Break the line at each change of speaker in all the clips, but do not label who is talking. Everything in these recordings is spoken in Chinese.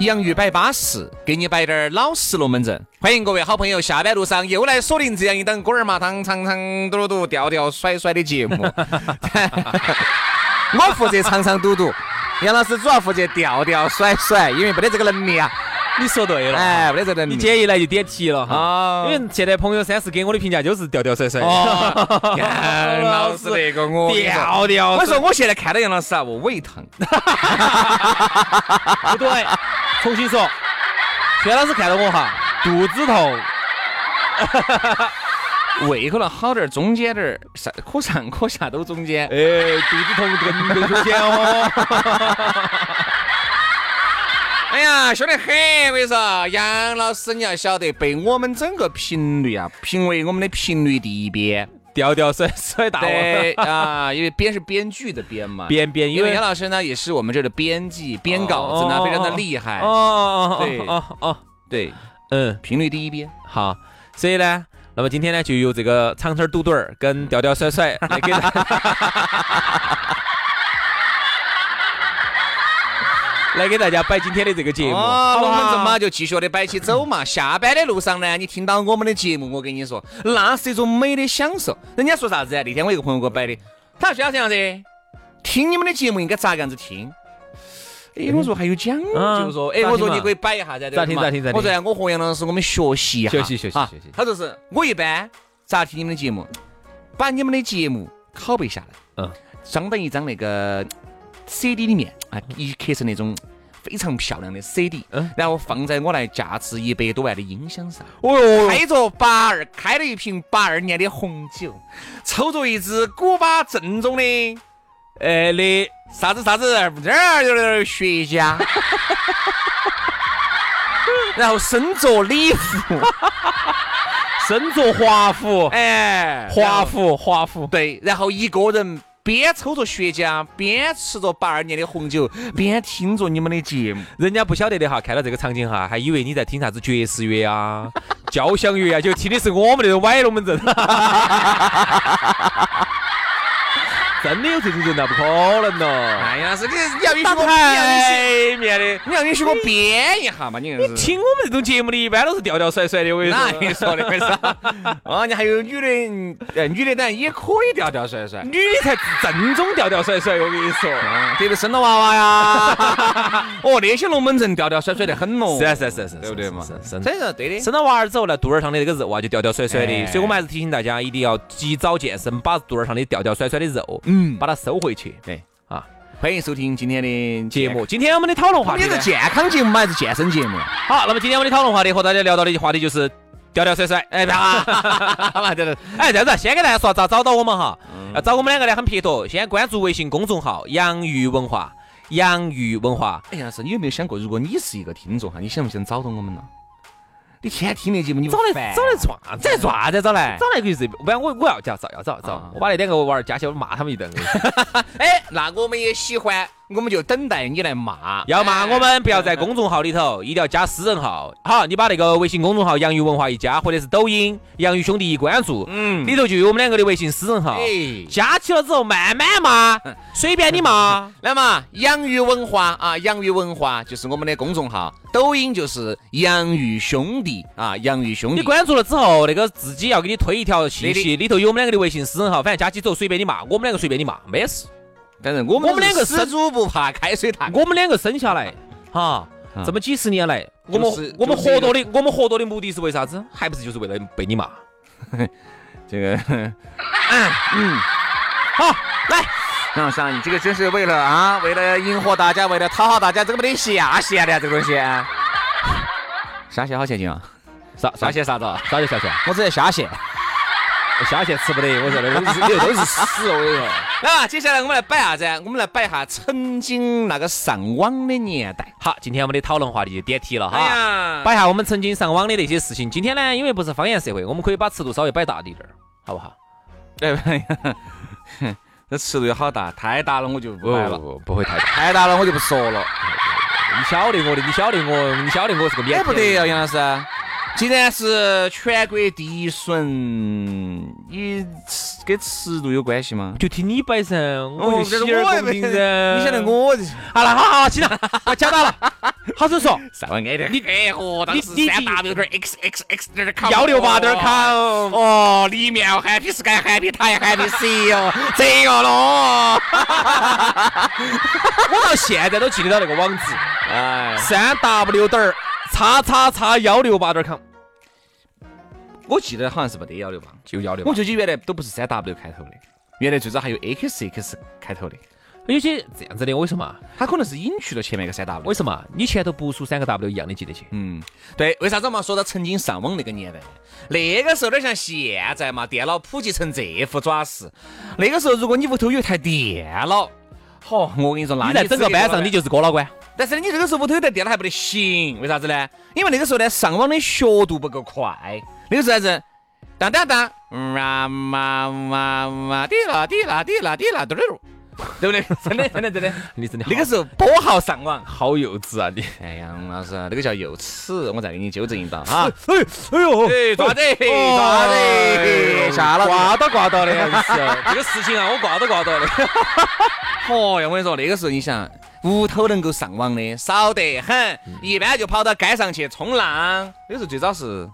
洋芋摆巴适，给你摆点儿老实龙门阵。欢迎各位好朋友，下班路上又来锁定这样一档锅儿麻汤长长嘟嘟、调调甩甩的节目。 我负责长长嘟嘟，杨老师主要负责调调甩甩，因为没得这个能力啊。
你说对了，
哎，没得这个能力。
你姐一来就点题了哈。
啊
因为现在朋友三四给我的评价就是调调甩甩，
哦，杨老 师那个我跟你说
调调
我说我现在看到杨老师啊，我胃疼。
不对， 重新说。薛老师看到我 哈，肚子痛，
胃可能好点儿，中间点儿，上可上可下都中间。
哎，肚子痛更更出现哦。
哎呀，凶得很！我跟你说，杨老师，你要晓得，被我们整个频率啊评为我们的频率第一编。
调调甩甩大王。
对啊，因为编是编剧的编嘛，
编编因
因
为哎
为杨老师呢也是我们这儿的编辑，编稿子呢
哦
非常的厉害。
哦
对
哦哦，
对，
嗯，
频率第一编。
好，所以呢，那么今天呢，就由这个长腿儿嘟嘟儿跟调调甩 甩来给大来给大家摆今天的这个节目，
哦，
好不
龙门阵
好
嘛，？就继续的摆起走嘛。下班的路上呢，你听到我们的节目，我跟你说，那是一种美的享受。人家说啥子啊？那天我一个朋友给我摆的，他说这样子，听你们的节目应该咋个样子听？哎，我说还有讲究说，哎，
嗯咋
我
听
说
嘛
你可以摆一下噻，对
咋
吧
听咋听咋听
我说哎我和杨老师我们学习一下，
学习学习
啊
学习
他说是我一般咋听你们的节目，把你们的节目拷贝下来，
嗯
嗯，装到一张那个 CD 里面啊，一刻成那种非常漂亮的 CD，
嗯
然后放在我那价值一百多万的音响上，
哦哟，
开着八二，开了一瓶八二年的红酒，抽着一支古巴正宗的
哎的，
啥子 啥子，这儿有点雪茄，然后身着礼服，
身着华服，
哎，
华服华服，
对，然后一个人边抽着雪茄，边吃着八二年的红酒，边听着你们的节目。
人家不晓得的哈，看到这个场景哈，还以为你在听啥子爵士乐 啊、交响乐啊，就听的是我们那种歪龙门阵。真的有这种人啊呐？不可能哦咯！
哎呀，是你，你要允许我，你
台面的，
要允许我编一下嘛，你硬是。
听我们这种节目的，一般都是调调甩甩的。我跟你
那
说，
你说的 为啥？啊，你还有女的，嗯呃，女的当然也可以调调甩甩，
女的才正宗调调甩甩。我跟你说，
特别哦生了娃娃呀。 哦，那些龙门阵调调甩甩得很哦咯。
是啊是啊是啊是啊，
对不对嘛？
是啊是啊
所以说对的。
生了娃儿之后呢，肚儿上的这个肉啊就掉掉甩甩的，
哎
所以我们还是提醒大家一定要及早健身，把肚儿上的掉掉甩甩的肉，
嗯
把它收回去
对，
啊。
欢迎收听今天的
节目，。今天我们的讨论话
你
题呢，
是健康节目吗？还是健身节目？啊
好，那么今天我们的讨论话题和大家聊到的话题就是掉掉甩甩，哎，不要啊，对对， 哎，这样子嗯啊，先给大家说咋找到我们哈，要找我们两个呢很撇脱，先关注微信公众号“洋芋文化”，洋芋文化。
哎呀，是你有没有想过，如果你是一个听众哈，你想不想找到我们呢？你天天听那节目，你
找来
烦
找来哎做啥子？
找啥子找来？
找来可以随便，不然我我要叫找要找要找
啊，
我把那两个娃儿加起来，我骂他们一顿。
哎，那我们也喜欢，我们就等待你来骂。
要骂
哎
我们不要在公众号里头，一定要加私人号。好，你把那个微信公众号“洋芋文化”一加，或者是抖音“洋芋兄弟”一关注，
嗯，
里头就有我们两个的微信私人号。
哎，
加起了之后慢慢骂，随便你骂。
那么养鱼文化啊，养鱼文化就是我们的公众号，抖音就是养鱼兄弟啊，养鱼 兄弟。
你关注了之后，那个自己要给你推一条信
对
息，里头有我们两个的微信私人号，反正加起之后随便你骂，我们两个随便你骂，没事。
当然，我
我们两个
死猪不怕开水烫。
我们两个生下来，哈
啊，
这么几十年来，我
就是
们我们
就是一
活
个
着的我们活着的目的是为啥子？还不是就是为了被你骂？
这个， 嗯嗯，好，来，让我想你这个真是为了啊，为了迎合大家，为了讨好大家，这个没得下限的这个东西啊。下线好前进啊，
啥
下
啥
线啥子啊？
啥就下线，
我只在下线。
下线吃不得，我说那都是那都是 屎，我跟你说。
那接下来我们来摆啥子？我们来摆一下曾经那个上网的年代。
好，今天我们的讨论话题就点题了哈。
哎呀
摆一下我们曾经上网的那些事情。今天呢，因为不是方言社会，我们可以把尺度稍微摆大一点儿，好不好？
哎， 这尺度有好大，太大了我就不摆了，
不不会太大。
哦太大了我就不说了。
你晓得我的，你晓得我，你晓得我是个腼腆。
哎，不得了，杨老师，既然是全国第一损，你尺跟尺度有关系吗？
就听你摆噻，我就洗
哦我也
耳恭听噻。
你晓得我这
好了，好好好，行了，我讲到了。好生 说，
稍微矮点，你哎嚯，当时
你
三 W 点 X X X 点 com，
幺六八点 com。
哦，里面哦，Happy Sky Happy 台 Happy Sea 哦，这个咯，
我到现在都记得到那个网址，
哎，
三 w 点儿叉叉叉幺六八点 com，
我记得好像是没得幺六八，
就幺六
我。觉得原来都不是三 W 开头的，原来最早还有 X X 开头的，
有些这样子的，为什么？
它可能是隐去了前面一个三 W
为。什么？你前头不输三个 W 一样的记得起？
嗯，对，为啥子嘛？说到曾经上网那个年代，那个时候有点像现在嘛，电脑普及成这副爪子。那个时候，如果你屋头有一台电脑，好、我跟你说，那
你在整个班上你
就……
就是哥老倌。
但是你这个时候屋头有台电脑还不得行，为啥子呢？因为那个时候呢，上网的学度不够快。那个时候啥子？当当当，哇嘛哇哇，滴啦滴啦滴啦滴啦，嘟嘟嘟，对不对？真的真的真的，
你真的好
那个时候拨号上网。
好幼稚啊你！
哎呀，杨老师，那个叫幼齿，我再给你纠正一道 哈。
哎哎呦
哎抓 子
哦
抓子
哎呦
吓了
挂到挂到的，是这个事情啊，我挂都挂到的。
哦哟，我跟你说，那个时候你想，屋头能够上网的少得很，一般就跑到街上去冲浪。嗯那个时候最早是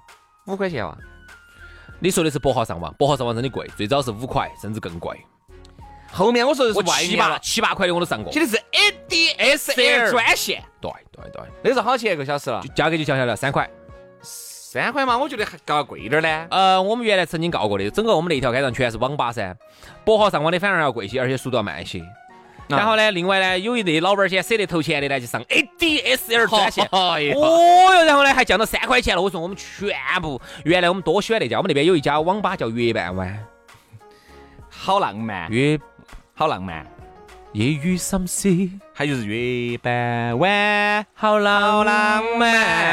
五块钱哇，
你说的是拨号上网，拨号上网真的贵，最早是五块，甚至更贵。
后面我说的是
我
外
七
面
八
了，
七八块的我都上过。
写
对
的是 ADSL 专线，
对对，
那个时候好钱一个小时了
就，价格就降下来了三块。
三块嘛，我觉得还搞贵点儿呢。。
呃，我们原来曾经告过的，整个我们那一条街上全是网吧噻，拨号上网的反而要贵些，而且速度要慢一些。然后呢，另外呢，有一类老板儿些舍得投钱的呢，就上 ADSL 专线
哎呀
哦哟，然后呢还降到三块钱了。我说我们全部原来我们多喜欢那家，我们那边有一家网吧叫月半湾，
好浪漫，
月
好浪漫，
夜雨心思，
还有是月半弯，
好浪
浪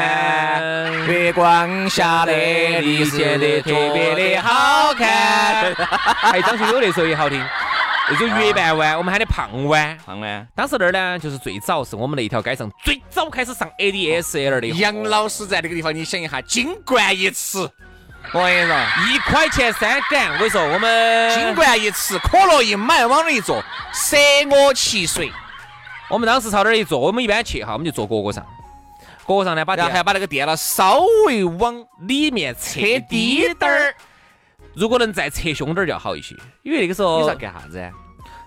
漫
漫。
月光下的你显得特别的好看。，
还哎有张学友那首也好听，那首月半湾，我们喊的胖湾。
胖呢？
当时那儿呢，就是最早是我们那一条街上最早开始上 ADSL 的，
杨老师在那个地方，你想一下，金冠一尺，我跟你说，
一块钱三杆。我跟你说，我们
金冠一尺，可乐一买，往那一坐，舍我其谁。
我们当时朝那儿一坐，我们一般去哈，我们就坐角角上，角角上呢把电
然后还要把那个电脑稍微往
里面扯
撇低点儿。。
如果能再扯凶点儿就要好一些，因为那个时
你
候
说干啥子？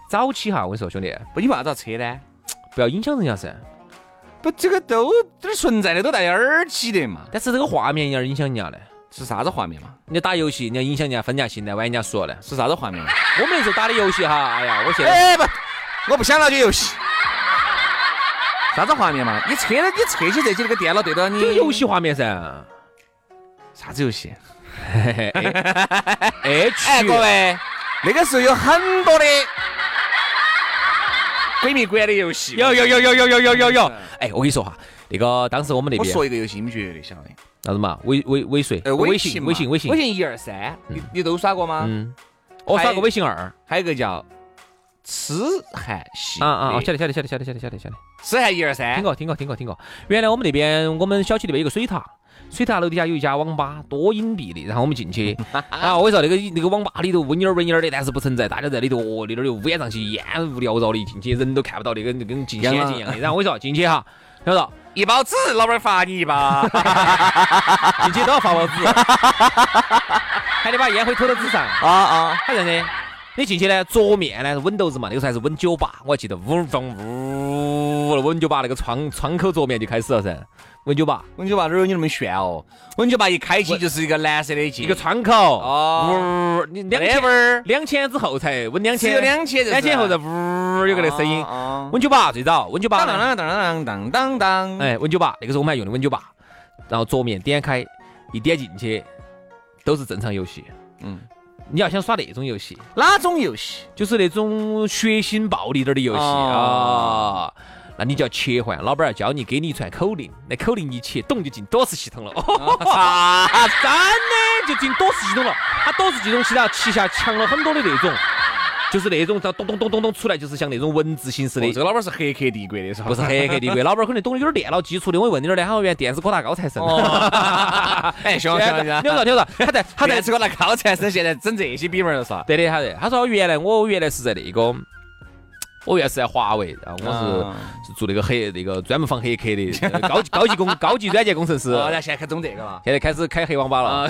早期哈，我跟你说兄弟，
不，你为啥子要车呢？
不要影响人家噻。
不，这个都这儿存在的都带耳机的嘛，
但是这个画面有点影响人家嘞。
是啥子画面嘛？
你打游戏，人家影响人家分人家心呢，万一人家输了呢。
是啥子画面嘛？
我们那时候打的游戏哈，哎呀，我现在
哎不，我不想了解游戏。啥子画面嘛？你扯了，你扯起这些那个电脑对到你
这个游戏画面噻哎
啥子游戏？
，H，
哎，各位，那个时候有很多的鬼迷鬼的游戏。嗯
有有有有有有有有有，哎，我跟你说哈，那个当时我们那
我
边
说一个游戏，你们绝对晓得。
啥子嘛，尾尾尾随，
呃，
微
信
信
嘛，
微信微信
微，信一二三，你你都耍过吗？
嗯，我耍个微信啊二，
还有一个叫痴汉系
啊啊，
列
哦晓得晓得晓得晓得晓得晓得晓得，
痴汉一二三
听。过听过听过听过。原来我们那边我们小区那边有个水塔，水塔楼底下有一家网吧，多隐蔽的，然后我们进去，啊，我跟你说那个那个网吧里头温蔫儿温蔫儿的，但是不存在，大家在里头哦，那点儿又乌烟瘴气，烟雾缭绕的，进去人都看不到的，跟跟进
杨
仙
啊
境一样的。然后我跟你说进去哈，晓得
一包纸，老板罚你一
啊
包。
进去都要发报纸， 还得把烟灰吐到纸上。
啊啊！
他认得。你进去呢，桌面呢是 Windows 嘛，那个时候还是 Win 九八，我还记得呜嗡呜，Win 九八那个窗窗口桌面就开始了噻，文酒吧，
文酒吧哪有你那么炫哦？文酒吧一开机就是一个蓝色的
一
一
个窗口，
哦
呜，你两
那
千
味儿
两千之后才温两
只
千，
有两千，
两千后头呜有个那声音。
啊哦
文酒吧最早，文酒吧
当
呢，
当当当当当当，
哎，文酒吧那个时候我们还用的文酒吧，然后桌面点开，一点进去都是正常游戏。
嗯，
你要想耍那种游戏，
哪种游戏？
就是那种血腥暴力点儿的游戏啊
哦。
那你就要切换，老板儿教你，给你一串口令，那口令一切，咚就进 DOS 系 统了。啊，真的就进 DOS 系统了。它 DOS 系统其他旗下强了很多的那种，就是那种咚咚咚咚咚出来，就是像那种文字形式的。
哦这个老板是黑客帝国的是吧？
不是黑客帝国，老板儿可能懂得有点电脑基础的。我问你点儿，后原电子科大高材生。
哦，哎，行行
哎
行，
听说听说，他在他
他
在
在这个那高材生现在整这些比门了噻。
对的，他在他说原来我原来是在那个，我原来是在华为，然后我
啊
是是做那个黑那个专门防黑客的呃高级高级工高级软件工程师，
哦，然后现在开懂这个了。
现在开始开黑网吧 了，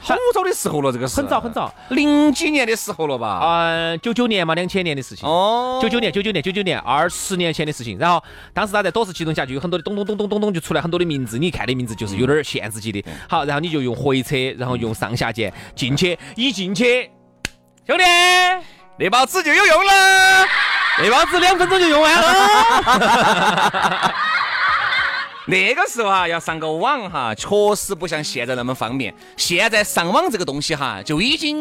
好早的时候了，这啊个是
很早很，早，
零几年的时候了吧？
嗯，九九年嘛，两千年的事情。
哦，
九九年，九九年，九九年，二十年前的事情。然后当时他在 DOS 系统下就有很多的咚咚咚咚咚咚就出来很多的名字，你一看的名字就是有
嗯
点儿限制级的。好，然后你就用回车，然后用上下键进去，一进去，兄弟，
那包纸就有用了。
那包子两分钟就用完了。
那个时候啊，要上个网哈，确实不像现在那么方便。现在上网这个东西哈，就已经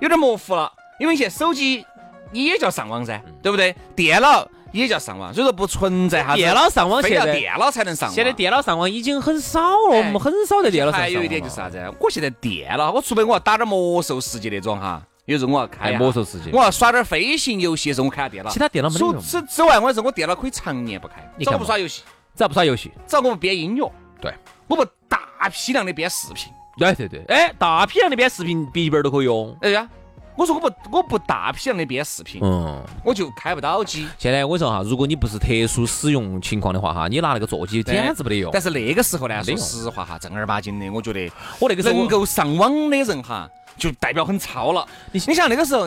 有点模糊了，因为现在手机也叫上网噻，
嗯
对不对？电脑也叫上网，所以说不存在哈 子
电脑上网
非
现
要
在。
电脑才能上网。啊
现在电脑上网已经很少了，我们很少在电脑上
哎
啊
还有一点就是啥子？我现在电脑，我除非我要打点魔兽世界那种哈，有时候我要开
哎
一下
魔兽世界
我要耍点飞行游戏的时候，我开下电脑。
其他电脑没得
除
用
此之外，我是我电脑可以常年不开，
你
只
干
要
嘛
我不耍游戏，
只要不耍游戏。
只要我不编音乐，
对，
我不大批量的编视频。
对对对，哎，大批量的编视频笔记本都可以用。
哎呀，我说我不我不大批量的编视频，
嗯，
我就开不到机。
现在我跟你说哈，如果你不是特殊使用情况的话哈，你拿那个座机简直没得用。
但是那个时候呢，
没
说
用
实话哈，正儿八经的，我觉得
我那个时候
能
我
够上网的人哈，就代表很超了。
你
你想那个时候。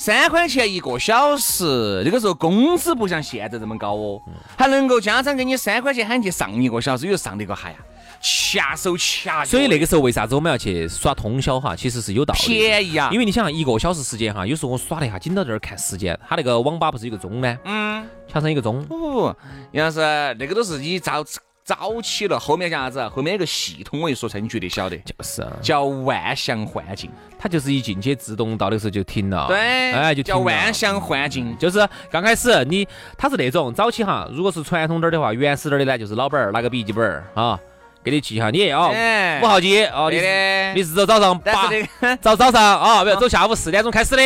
三块钱一个小时，那个时候工资不像现在这么高哦，
嗯
还能够家长给你三块钱喊你去上一个小时，有时候上的一个嗨呀，掐手掐脚的。
所以那个时候为啥子我们要去耍通宵哈？其实是有道理的。
便宜啊
因为你想一个小时时间哈，有时候我耍了一下，紧到这儿看时间，他那个网吧不是有个钟呢？
嗯，
墙上有个钟。
不不不，杨老师，那个都是你早早起了，后面叫啥子？啊后面有个系统，我一说出来你绝对晓得，
就是啊，
叫万象幻境。
它就是一进去自动到的时候就停了。
对，
哎，就停
叫
了
万象幻境。
就是刚开始你他是那种早期哈，如果是传统点儿的话，原始点儿的呢，就是老板儿拿个笔记本儿啊，给你记一下，你也要
哎
五号机哦，你
对的
你是走早上八
但是那个
早早上啊，不要走下午四点钟开始的，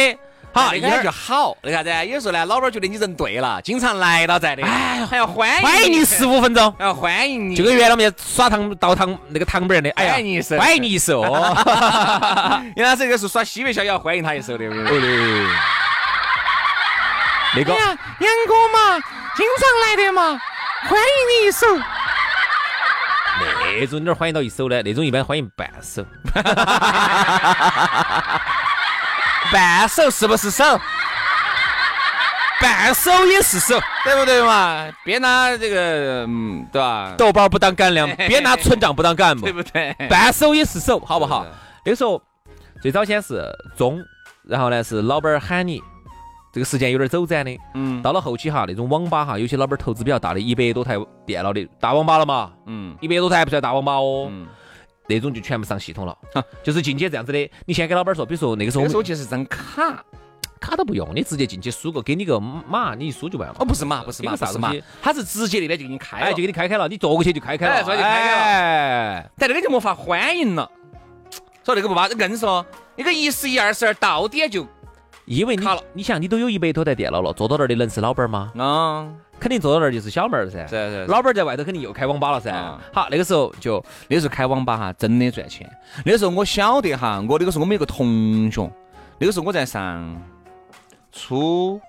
好，
那
一
个 还
会
哎就
儿
好，那啥子？有时候呢，老板觉得你人对了，经常来了在的，哎，还要欢迎
欢迎你十，五分钟。
要欢迎你，
就跟原来我们在耍糖倒糖那个糖本儿的，哎呀，
欢迎你一声
欢迎你一手 哦。
原来这个是耍西北小也要欢迎他一手的。
哎呦那个
哎呀，杨哥嘛，经常来的嘛，欢迎你一手。
那哎种哪儿欢迎到一手呢？那种一般欢迎半 手。
半手是不是手？
半手也是手，
对不对嘛？别拿这个，嗯，对吧？
豆包不当干 粮，别拿村长不当干部
对。不对？
半手也是手，好不好
是的？
那时候最早先是钟，然后呢是老板儿喊你，这个时间有点走展的。
嗯
到了后期哈，那种网吧哈，有些老板儿投资比较大的，一百多台电脑的大网吧了嘛，
嗯
一百多台还不算大网吧哦，
嗯。
那种就全部上系统了
哈，就是
进去这样子的。你先给老板儿说，比如说那个时候
这
我
手
们
就是张卡，
卡都不用，你直接进去输个，给你个码，你一输就完了。
哦，不是嘛，不是嘛，
这个
不
啥
是
东
嘛
西，
它是直接那边就给你开了，
哎，就给你开开了，你坐过去就开开了，
哎坐就开开了
哎
但那个就没法欢迎了。说那个不巴，硬说那个一十一二十二到点就
因为你
卡了
你想，你都有一百多台电脑了，坐到那儿的能是老板儿吗？
啊，
肯定坐到那儿就是小妹儿噻。
是是老
老板儿在外头肯定又开网吧了噻
啊。
好，那个时候就
那时候开网吧哈，真的赚钱。那时候我晓得哈，我那个时候我们有个同学，那个时候我在上初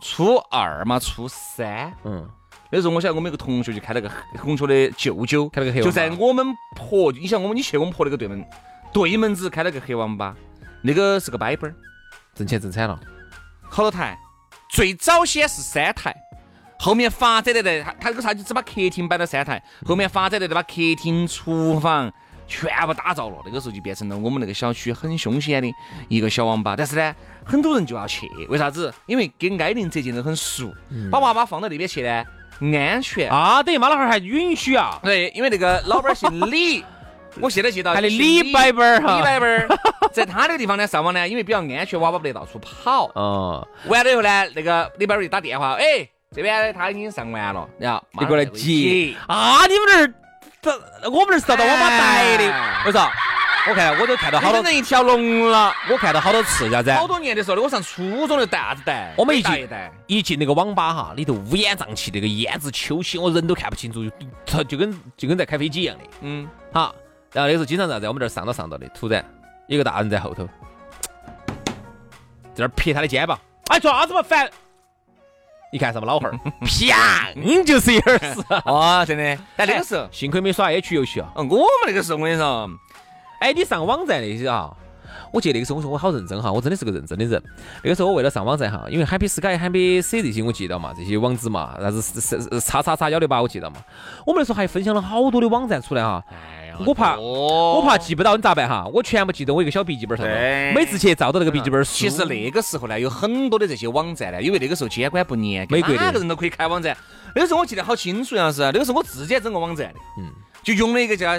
初二嘛，初三。
嗯，
那时候我晓得我们有个同学就开了个同学的舅舅，
开了个黑网吧
就在我们婆，你想我们你去我们婆那个对门，对门子开了个黑网吧，那个是个掰掰儿，
挣钱挣惨了。
好多台，最早先是三台，后面发展的得，他他这个啥就只把客厅摆到三台，后面发展的得把客厅、厨房全部打造了。那个时候就变成了我们那个小区很凶险的一个小网吧。但是呢，很多人就要去，为啥子？因为跟挨邻这近都很熟，
嗯
把娃娃放到那边去呢，安全。
啊，等于妈老汉儿还允许啊，
对，因为那个老板姓李，我现在记 到
还得
姓
李摆摆儿
李
哈。
摆摆 儿，在他那个地方呢，上网呢，因为比较安全，娃娃不得到处跑。
嗯，
完了以后呢，那个李摆摆就打电话，哎，这边他已经上完了，然后
你过来接。啊，你们这儿，这我们这儿是遭到网吧逮
哎
的，为啥？我看我都看到
好
好
多
多，
人一条龙了。
我看到好多次，啥子？
好多年的时候，我上初中就带啥子带？
我们一
带
进
一带。
一进那个网吧哈，里头乌烟瘴气，那个烟直秋起，我人都看不清楚，就就跟就跟在开飞机一样的。
嗯，
好，然后那个时候经常啥子，我们这儿上到上到的，突然有个大人在后头，在那儿拍他的肩膀，哎，做啥子嘛，烦。你看什么老 汉儿，啪，嗯就是一耳屎。
哦，真的。哎但那个时候，
幸亏没耍 H 游戏啊。
嗯，我们那个时候，我跟你说，
哎，你上网站那些啊，我记得那个时候我说我好认真哈，我真的是个认真的人。那个时候我为了上网站哈，因为 Happy Sky、Happy C 这些我记得嘛，这些网址嘛，啥子是是是叉叉叉幺六八我记得嘛。我们那时候还分享了好多的网站出来哈，
哎呀
我怕
我
我怕记不到你咋办哈？我全部记到我一个小笔记本上头
哦对，嗯
每次去照到那个笔记本儿
啊其实
输
那个时候呢，有很多的这些网站呢，因为那个时候监管不严，
美国的
哪个人都可以开网站。那个时候我记得好清楚，像是那个时候我自己还整个网站的，
嗯
就用了一个叫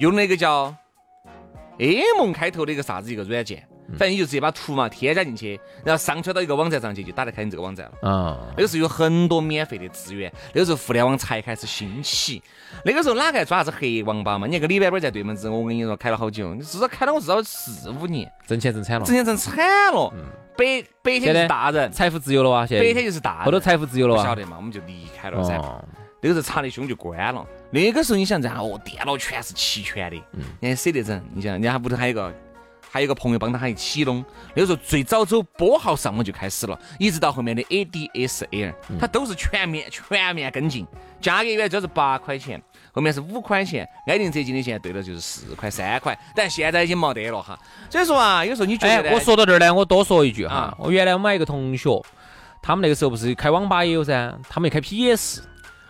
用了一个叫 A 梦开头的一个啥子一个软件，
嗯
反正你就直接把图嘛添加进去，然后上传到一个网站上去，就打得开你这个网站了。
啊，
那个时候有很多免费的资源，那个时候互联网才开始兴起。那个时候哪个还抓啥子黑网吧嘛？你看个李板板在对门子，我跟你说开了好久，你至少开了我至少四五年。
挣钱挣惨了
整，天成惨了。
嗯
白白天就是大人，
财富自由了哇！现
白天
在
就是大人。
后头财富自由了
不晓
哇！
得嘛，我们就离开了噻。
哦，
那个时候查得凶就关了。那个时候你想，然后哦，电脑全是齐全的，
嗯
人家舍得整。你想，人家屋头还有一个，还有一个朋友帮他一起弄。那个时候最早走拨号上网就开始了，一直到后面的 ADSL，它
嗯
都是全面全面跟进。价格原来就是八块钱，后面是五块钱，挨邻最近的现在对了就是四块三块，但现在已经没得了哈。所以说啊，有时候你觉
哎
得呢，，
我说到这儿呢，我多说一句哈
啊，
我原来我们还有一个同学，他们那个时候不是开网吧也有噻，他们也开 PS。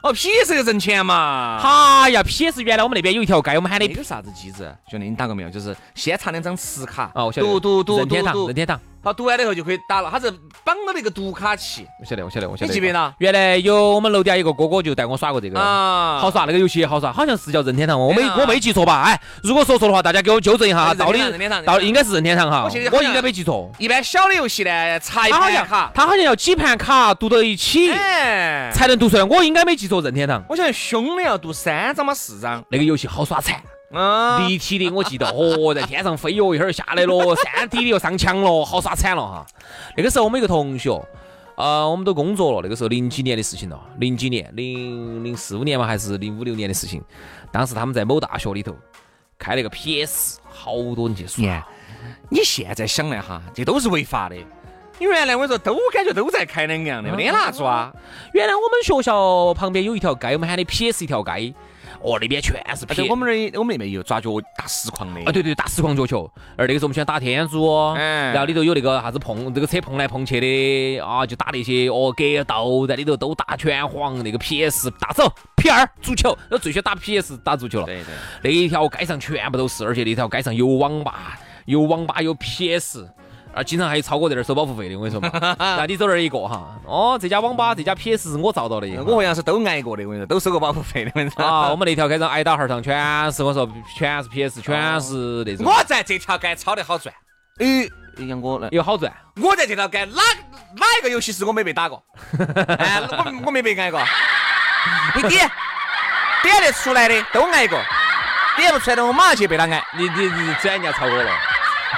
哦，P 是个挣钱嘛。
哎呀，PS 原来我们那边有一条街，我们喊
那
的
个啥子机制？啊兄弟，你打过没有？就是先插两张磁卡，
啊，我晓得，
读读读
任天堂，
读
任
读，
天堂，
好，读完了以后就可以打了。它是绑到那个读卡器，
我晓得，我晓得，我晓
你
得。
记不记得？
原来有我们楼底下有个哥哥就带我耍过这个。
啊，
好耍，那个游戏也好耍，好像是叫任天堂，我没
对啊
我没记错吧？哎，如果说错的话，大家给我纠正一下哈，
对
到底
任天堂任天堂
到底应该是任天堂哎哈，
我记得好
我
像
应该没记错。
一般小的游戏呢，插一
他好
盘
像
卡，
他好像要几盘卡读到一起
哎，
才能读出来，我应该没记错任天堂
我想凶的要读三张嘛，四张。
那个游戏好耍惨。
嗯，
立体的，我记得，哦，在天上飞哟，一会儿下来 了，三 D 的又上墙了，好耍惨了哈。那个时候我们有个同学，呃，我们都工作了，那个时候零几年的事情了，零几年，零零四五年嘛，还是零五六年的事情。当时他们在某大学里头开了个 PS，好多人去
你
耍。
你现在想来哈，这都是违法的。因为原来我跟你说都感觉都在开两样
啊
的，没拿抓。
原来我们学校旁边有一条街，我们喊的 PS 一条街，哦，那边全是
而且
PS。
我们那儿我们那边也有抓脚打实况的
啊，，对对，打实况桌球，而那个时候我们喜欢打天珠，
哎
然后里头有那个啥子碰这个车碰来碰去的啊，就打那些哦格斗，在里头都打拳皇那个 PS 大手 P 二足球，我最喜欢打 PS 打足球了。
对对。
那一条街上全部都是，而且那条街上有网吧，有网吧有 PS。啊，经常还有超过这点儿收保护费的，我跟你说 嘛。那你走那儿一个哈，哦，这家网吧这家 PS 是我遭到的。
我好像是都挨过的，我跟你说，都收过保护费的。我跟你说
啊，我们那条街上挨打号上全是我说全是 PS，全是那种，
我在这条街超得好赚。哎，杨哥来，
有好赚。
我在这条街哪哪一个游戏是我没被打 过？哎，我我没被挨过。你点点得出来的都挨过，点不出来的我马上去被他挨。
你你你转人家超哥了。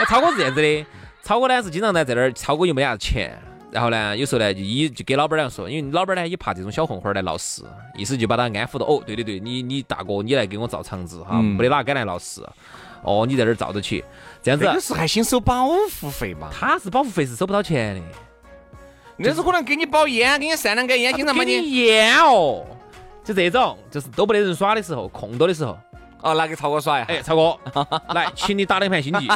那超哥是这样子的，超哥呢是经常在这儿，超哥又没啥子钱，然后呢有时候呢就以就给老板娘说，因为老板呢也怕这种小混混儿来闹事，意思就把他安抚到，哦，对对对，你你大哥你来给我造场子哈，
嗯
没得哪个敢来闹事，哦，你在这儿造着起，这样
这个
子。
是还新收保护费嘛？
啊他是保护费是收不到钱的，
那是可能给你包烟，给你散两根烟，经常把
给
你
你烟哦，就这种，就是都不得人耍的时候，空着的时候，
哦，拿给超哥耍呀。
哎，超 哥，来，请你打两盘星际。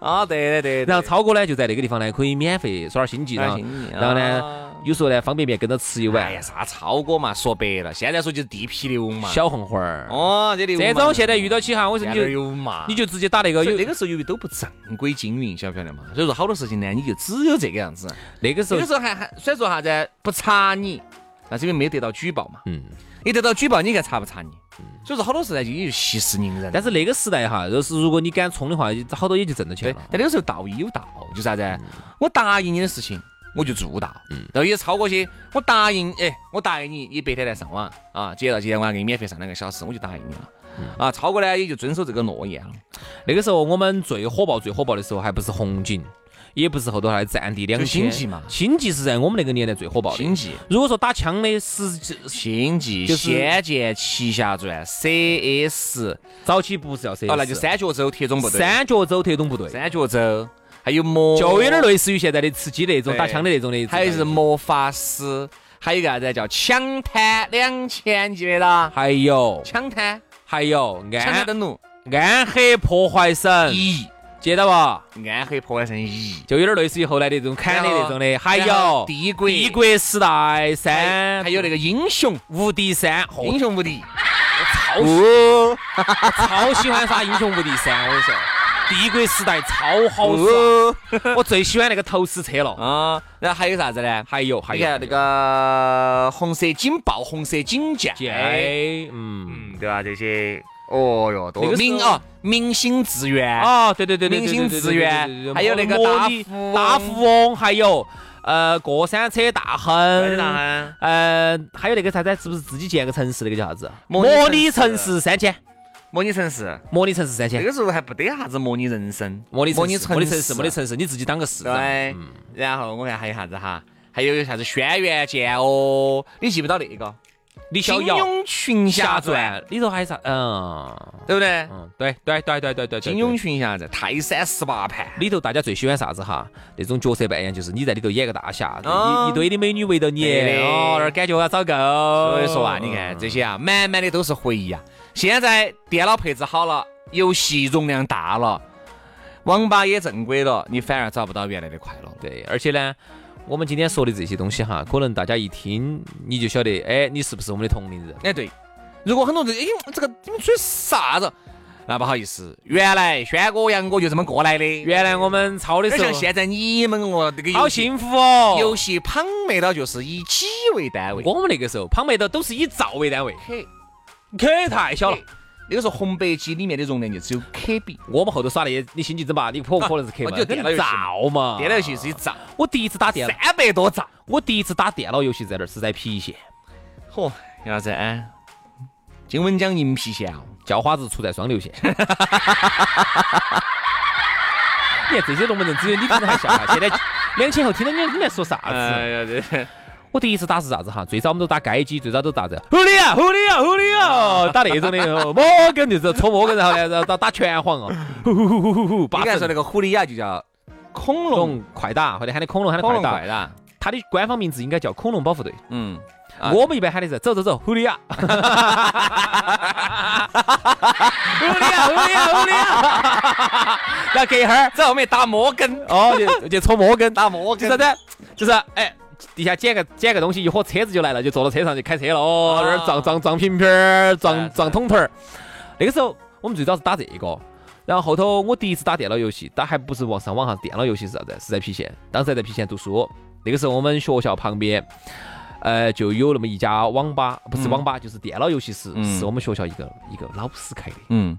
啊，对对对，
然后
对
超哥呢就在那个地方呢可以免费耍点星际，
耍
然
点
后
星际
然后呢
啊
有时候呢方便面跟着吃一
哎
碗
呀，啥超哥嘛，说白了，现在说就是地痞流氓。
小红花儿。
哦，这里
这种现在遇到起哈，我说
现
你
在
就
有嘛，
你就直接打那个
所以
有
那个时候由于都不正规经营，晓不晓得嘛？所以说好多事情呢，你就只有这个样子。
那个时
那
候
个，时候还还虽然说啥子不查你，但是因为没得到举报嘛，
嗯。
一得到举报，你看查不查你？所以说好多事呢，就也就息事宁人。
但是那个时代哈，就是如果你敢冲的话，好多也就挣到钱
对
了，。
但那个时候道义有道，就啥子？
嗯
我答应你的事情，我就做到。然后也超过些，我答应，哎，我答应你，你白天来上网啊，接到今天晚上给你免费上两个小时，我就答应你了。
嗯
啊，超过呢也就遵守这个诺言了。
那个时候我们最火爆、最火爆的时候，还不是红警，也不是后头还有战地两
就
千。
星际嘛
星际是在我们那个年代最火爆的。
星际
如果说打枪的是是
星际、
就是
仙剑、奇侠传、CS，
早期不是叫 CS，
哦，那就三角洲特种部队，
三角洲特种部队，
三角洲，还有魔，
就有点类似于现在的吃鸡那种打枪的那种的。
还有是魔法师，还有一个啥子叫抢滩两千，记得啦？
还有
抢滩，
还有
抢滩
安
登陆，E，
安黑破坏神，
一。
记得不？
暗黑破坏神一，
就有点类似于后来的这种砍的那种的，
然后
还
然后
有
帝国
帝国时代三，
哎
哦
还有那个英雄，
无敌三，
英雄无敌，
超哦 超喜欢耍英雄无敌三，我跟你说，帝国时代超好耍，
哦
我最喜欢那个投石车了。
啊，然后还有啥子呢？
哦还有还
你
有
看那个红色警报、红色警戒，
哎，嗯，
嗯，对吧？这些，哦哟，
那
多
个时候
明啊，明星志愿，
哦，对对对对，
明星志愿，还有那个
大
大
大富翁，还有呃过山车大亨，
亨，
呃，还有那个啥子，是不是自己建个城市那个叫啥子？
模拟城市
模拟城市三千，
模拟城市，
模拟城市三
那
千，
个时候还不得啥子模拟人生，
模拟城市，模拟
模拟
城
城
市，嗯
市，
模拟城市，你自己当个市长。
对，然后我看还有啥子哈？还有啥子轩辕剑哦？你记不到那个《
李逍
金
遥《
庸群侠传》，
里头还有啥？嗯
对不对？
嗯，对对对对对对，对
金庸群侠传》《泰山十八盘》
里头大家最喜欢啥子哈？那种角色扮演，就是你在里头演个大侠，
哦
一一堆的美女围着你，
对的
哦，那儿感觉要找够。
所
所
以说啊，你看这些啊，满满的都是回忆啊。现在电脑配置好了，游戏容量大了，网吧也正规了，你反而找不到原来的快乐了。
对，而且呢，我们今天说的这些东西哈，可能大家一听你就晓得，哎，你是不是我们的同龄人？
哎，对，如果很多人哎，这个你们追啥子？那不好意思，原来轩哥、杨哥就这么过来的。
原来我们抄的
而
时
像
候，
现在你们哦，这个游戏
好幸福哦。
游戏旁妹到就是以几为单位。
我们那个时候，旁边的都是以兆为单位
K，
，K 太小了。
那个时候红白机里面的容量就只有 KB，
我们后头耍那些，你心情怎么办？你 可不可能是 K
啊
嘛？
就电脑游戏嘛
兆嘛，
电脑游戏是一兆，
我第一次打电脑，
三百多兆。
我第一次打电脑游戏在哪儿？是在郫县，
嚯，杨老师，哎，金文江银皮县哦，
叫花子出在双流县。你看这些龙门阵， 只有你听得还笑哈。啊现在两千后听到你你们在说啥子？
哎呀， 这
我第一次打是啥子哈？最早我们都打街机，最早都打这狐狸啊，狐狸啊，狐狸啊，打那种的，哦摩根就是搓摩根，然后呢，然后打打拳皇哦，呼呼呼呼呼，
你
八
刚才
神
说那个狐狸呀，就叫恐龙，
龙快打，或者喊的恐龙，喊的
恐
快
龙
打
快。打，
它的官方名字应该叫恐龙保护队，
嗯，啊
我们一般喊的是走走走，狐狸啊，狐狸啊，狐狸啊，狐狸啊，然后隔一会儿，
在后面打摩根，
哦，就就戳摩根，
打摩
就
根
啥，子？就是哎。地下捡个捡个东西，一伙车子就来了，就坐到车上就开车了。哦，那儿撞撞撞瓶瓶儿，
啊对
撞
对
撞桶头儿。那个时候我们最早是打这个，然后后头我第一次打电脑游戏，打还不是网上网上电脑游戏是啥子？是在郫县，当时还在郫县读书。那个时候我们学校旁边，呃，就有那么一家网吧，不是
嗯
网吧，就是电脑游戏室，
嗯
是我们学校一个一个老师开的。
嗯，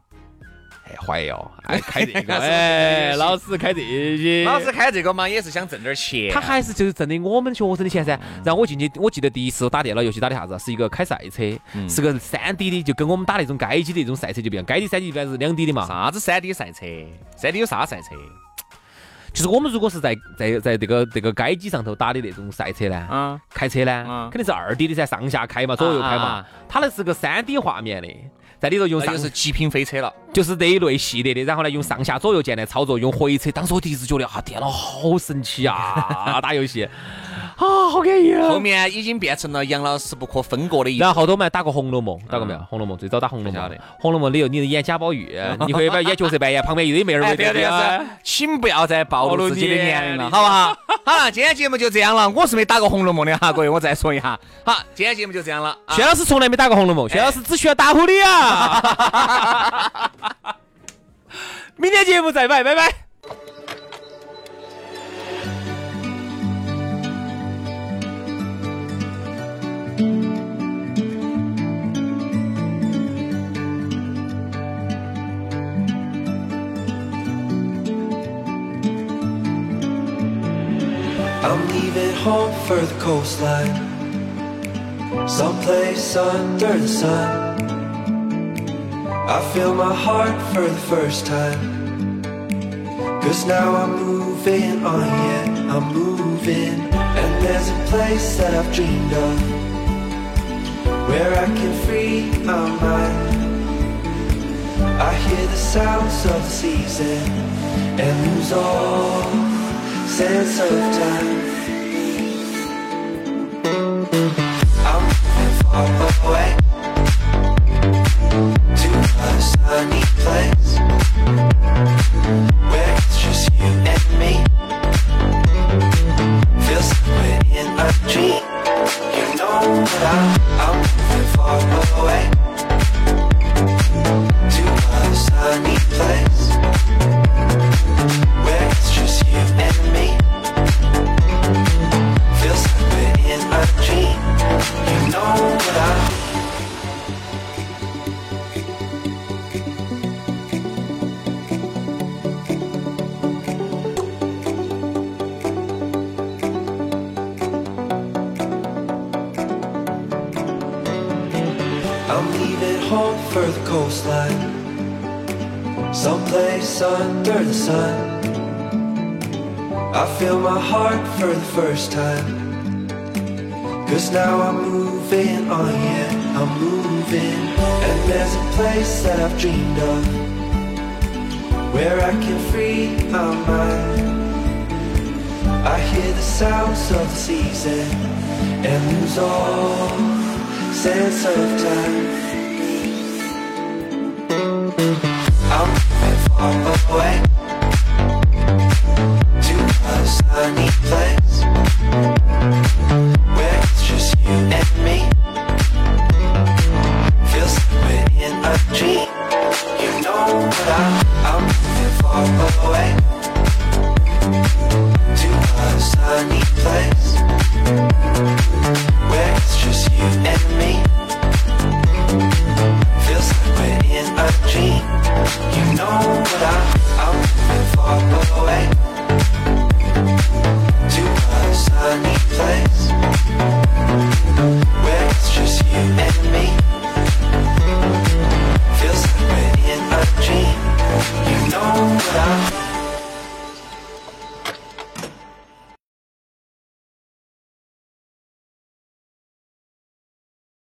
哎，怀疑哦，哎，开这 个，
是
哎，老师开这些，
老师开这个嘛，也是想挣点钱，
他还是就是挣的我们学生的钱噻。
嗯
然后我进去，我记得第一次打电脑游戏打的啥子啊，是一个开赛车，
嗯
是个三 D 的，就跟我们打那种街机的那种赛车就不一样。街机、三 D 一般是两 D 的嘛。
啥子山 D 赛车，山 D 有啥赛车？
就是我们如果是在在在这个这个街机上头打的那种赛车呢，
啊。
开车呢
嗯，
肯定是二 D 的噻，上下开嘛，左右开
啊
嘛
啊。
它那是个三 D 画面的，在里头用
那
上
就是极品飞车了。
就是这一类系列的，然后呢，用上下左右 键来操作，用回车。当时我第一次觉得啊，电脑好神奇啊，打游戏。
啊，好安逸
后
啊！
面已经变成了杨老师不可分割的一
然后后头我们还打过《红楼梦》，打过没有？
嗯
《红楼梦》最早打《红楼
不
梦
晓》得，
《红楼梦》里头你演贾宝 玉，你可以把演角色扮演，旁边又有妹儿
哎，
围
对
着
对
你
是，哎请不要再暴露自己的年龄了，
暴露年龄
好不好？ 好了，今天节目就这样了。我是没打过《红楼梦》的哈，各位，我再说一下。好，今天节目就这样了。啊
薛老师从来没打过《红
哎
楼梦》，薛老师只需要打呼的 啊！ 明天节目再拜，拜拜。
I'm leaving home for the coastline. Someplace under the sun. I feel my heart for the first time. Cause now I'm moving on, yeah, I'm moving. And there's a place that I've dreamed of. Where I can free my mind. I hear the sounds of the season and lose all sense of time. I'm moving far away to a sunny place where it's just you and me. Feel somewhere in a dream. You know that I'm, I'm moving far away to a sunny place where it's just you and me. Feels like we're in a dream. You know what I I'm leaving home for the coastline, someplace under the sun. I feel my heart for the first time. Cause now I'm moving on, yeah, I'm moving. And there's a place that I've dreamed of where I can free my mind. I hear the sounds of the season and lose all sense of time. I'm moving far away.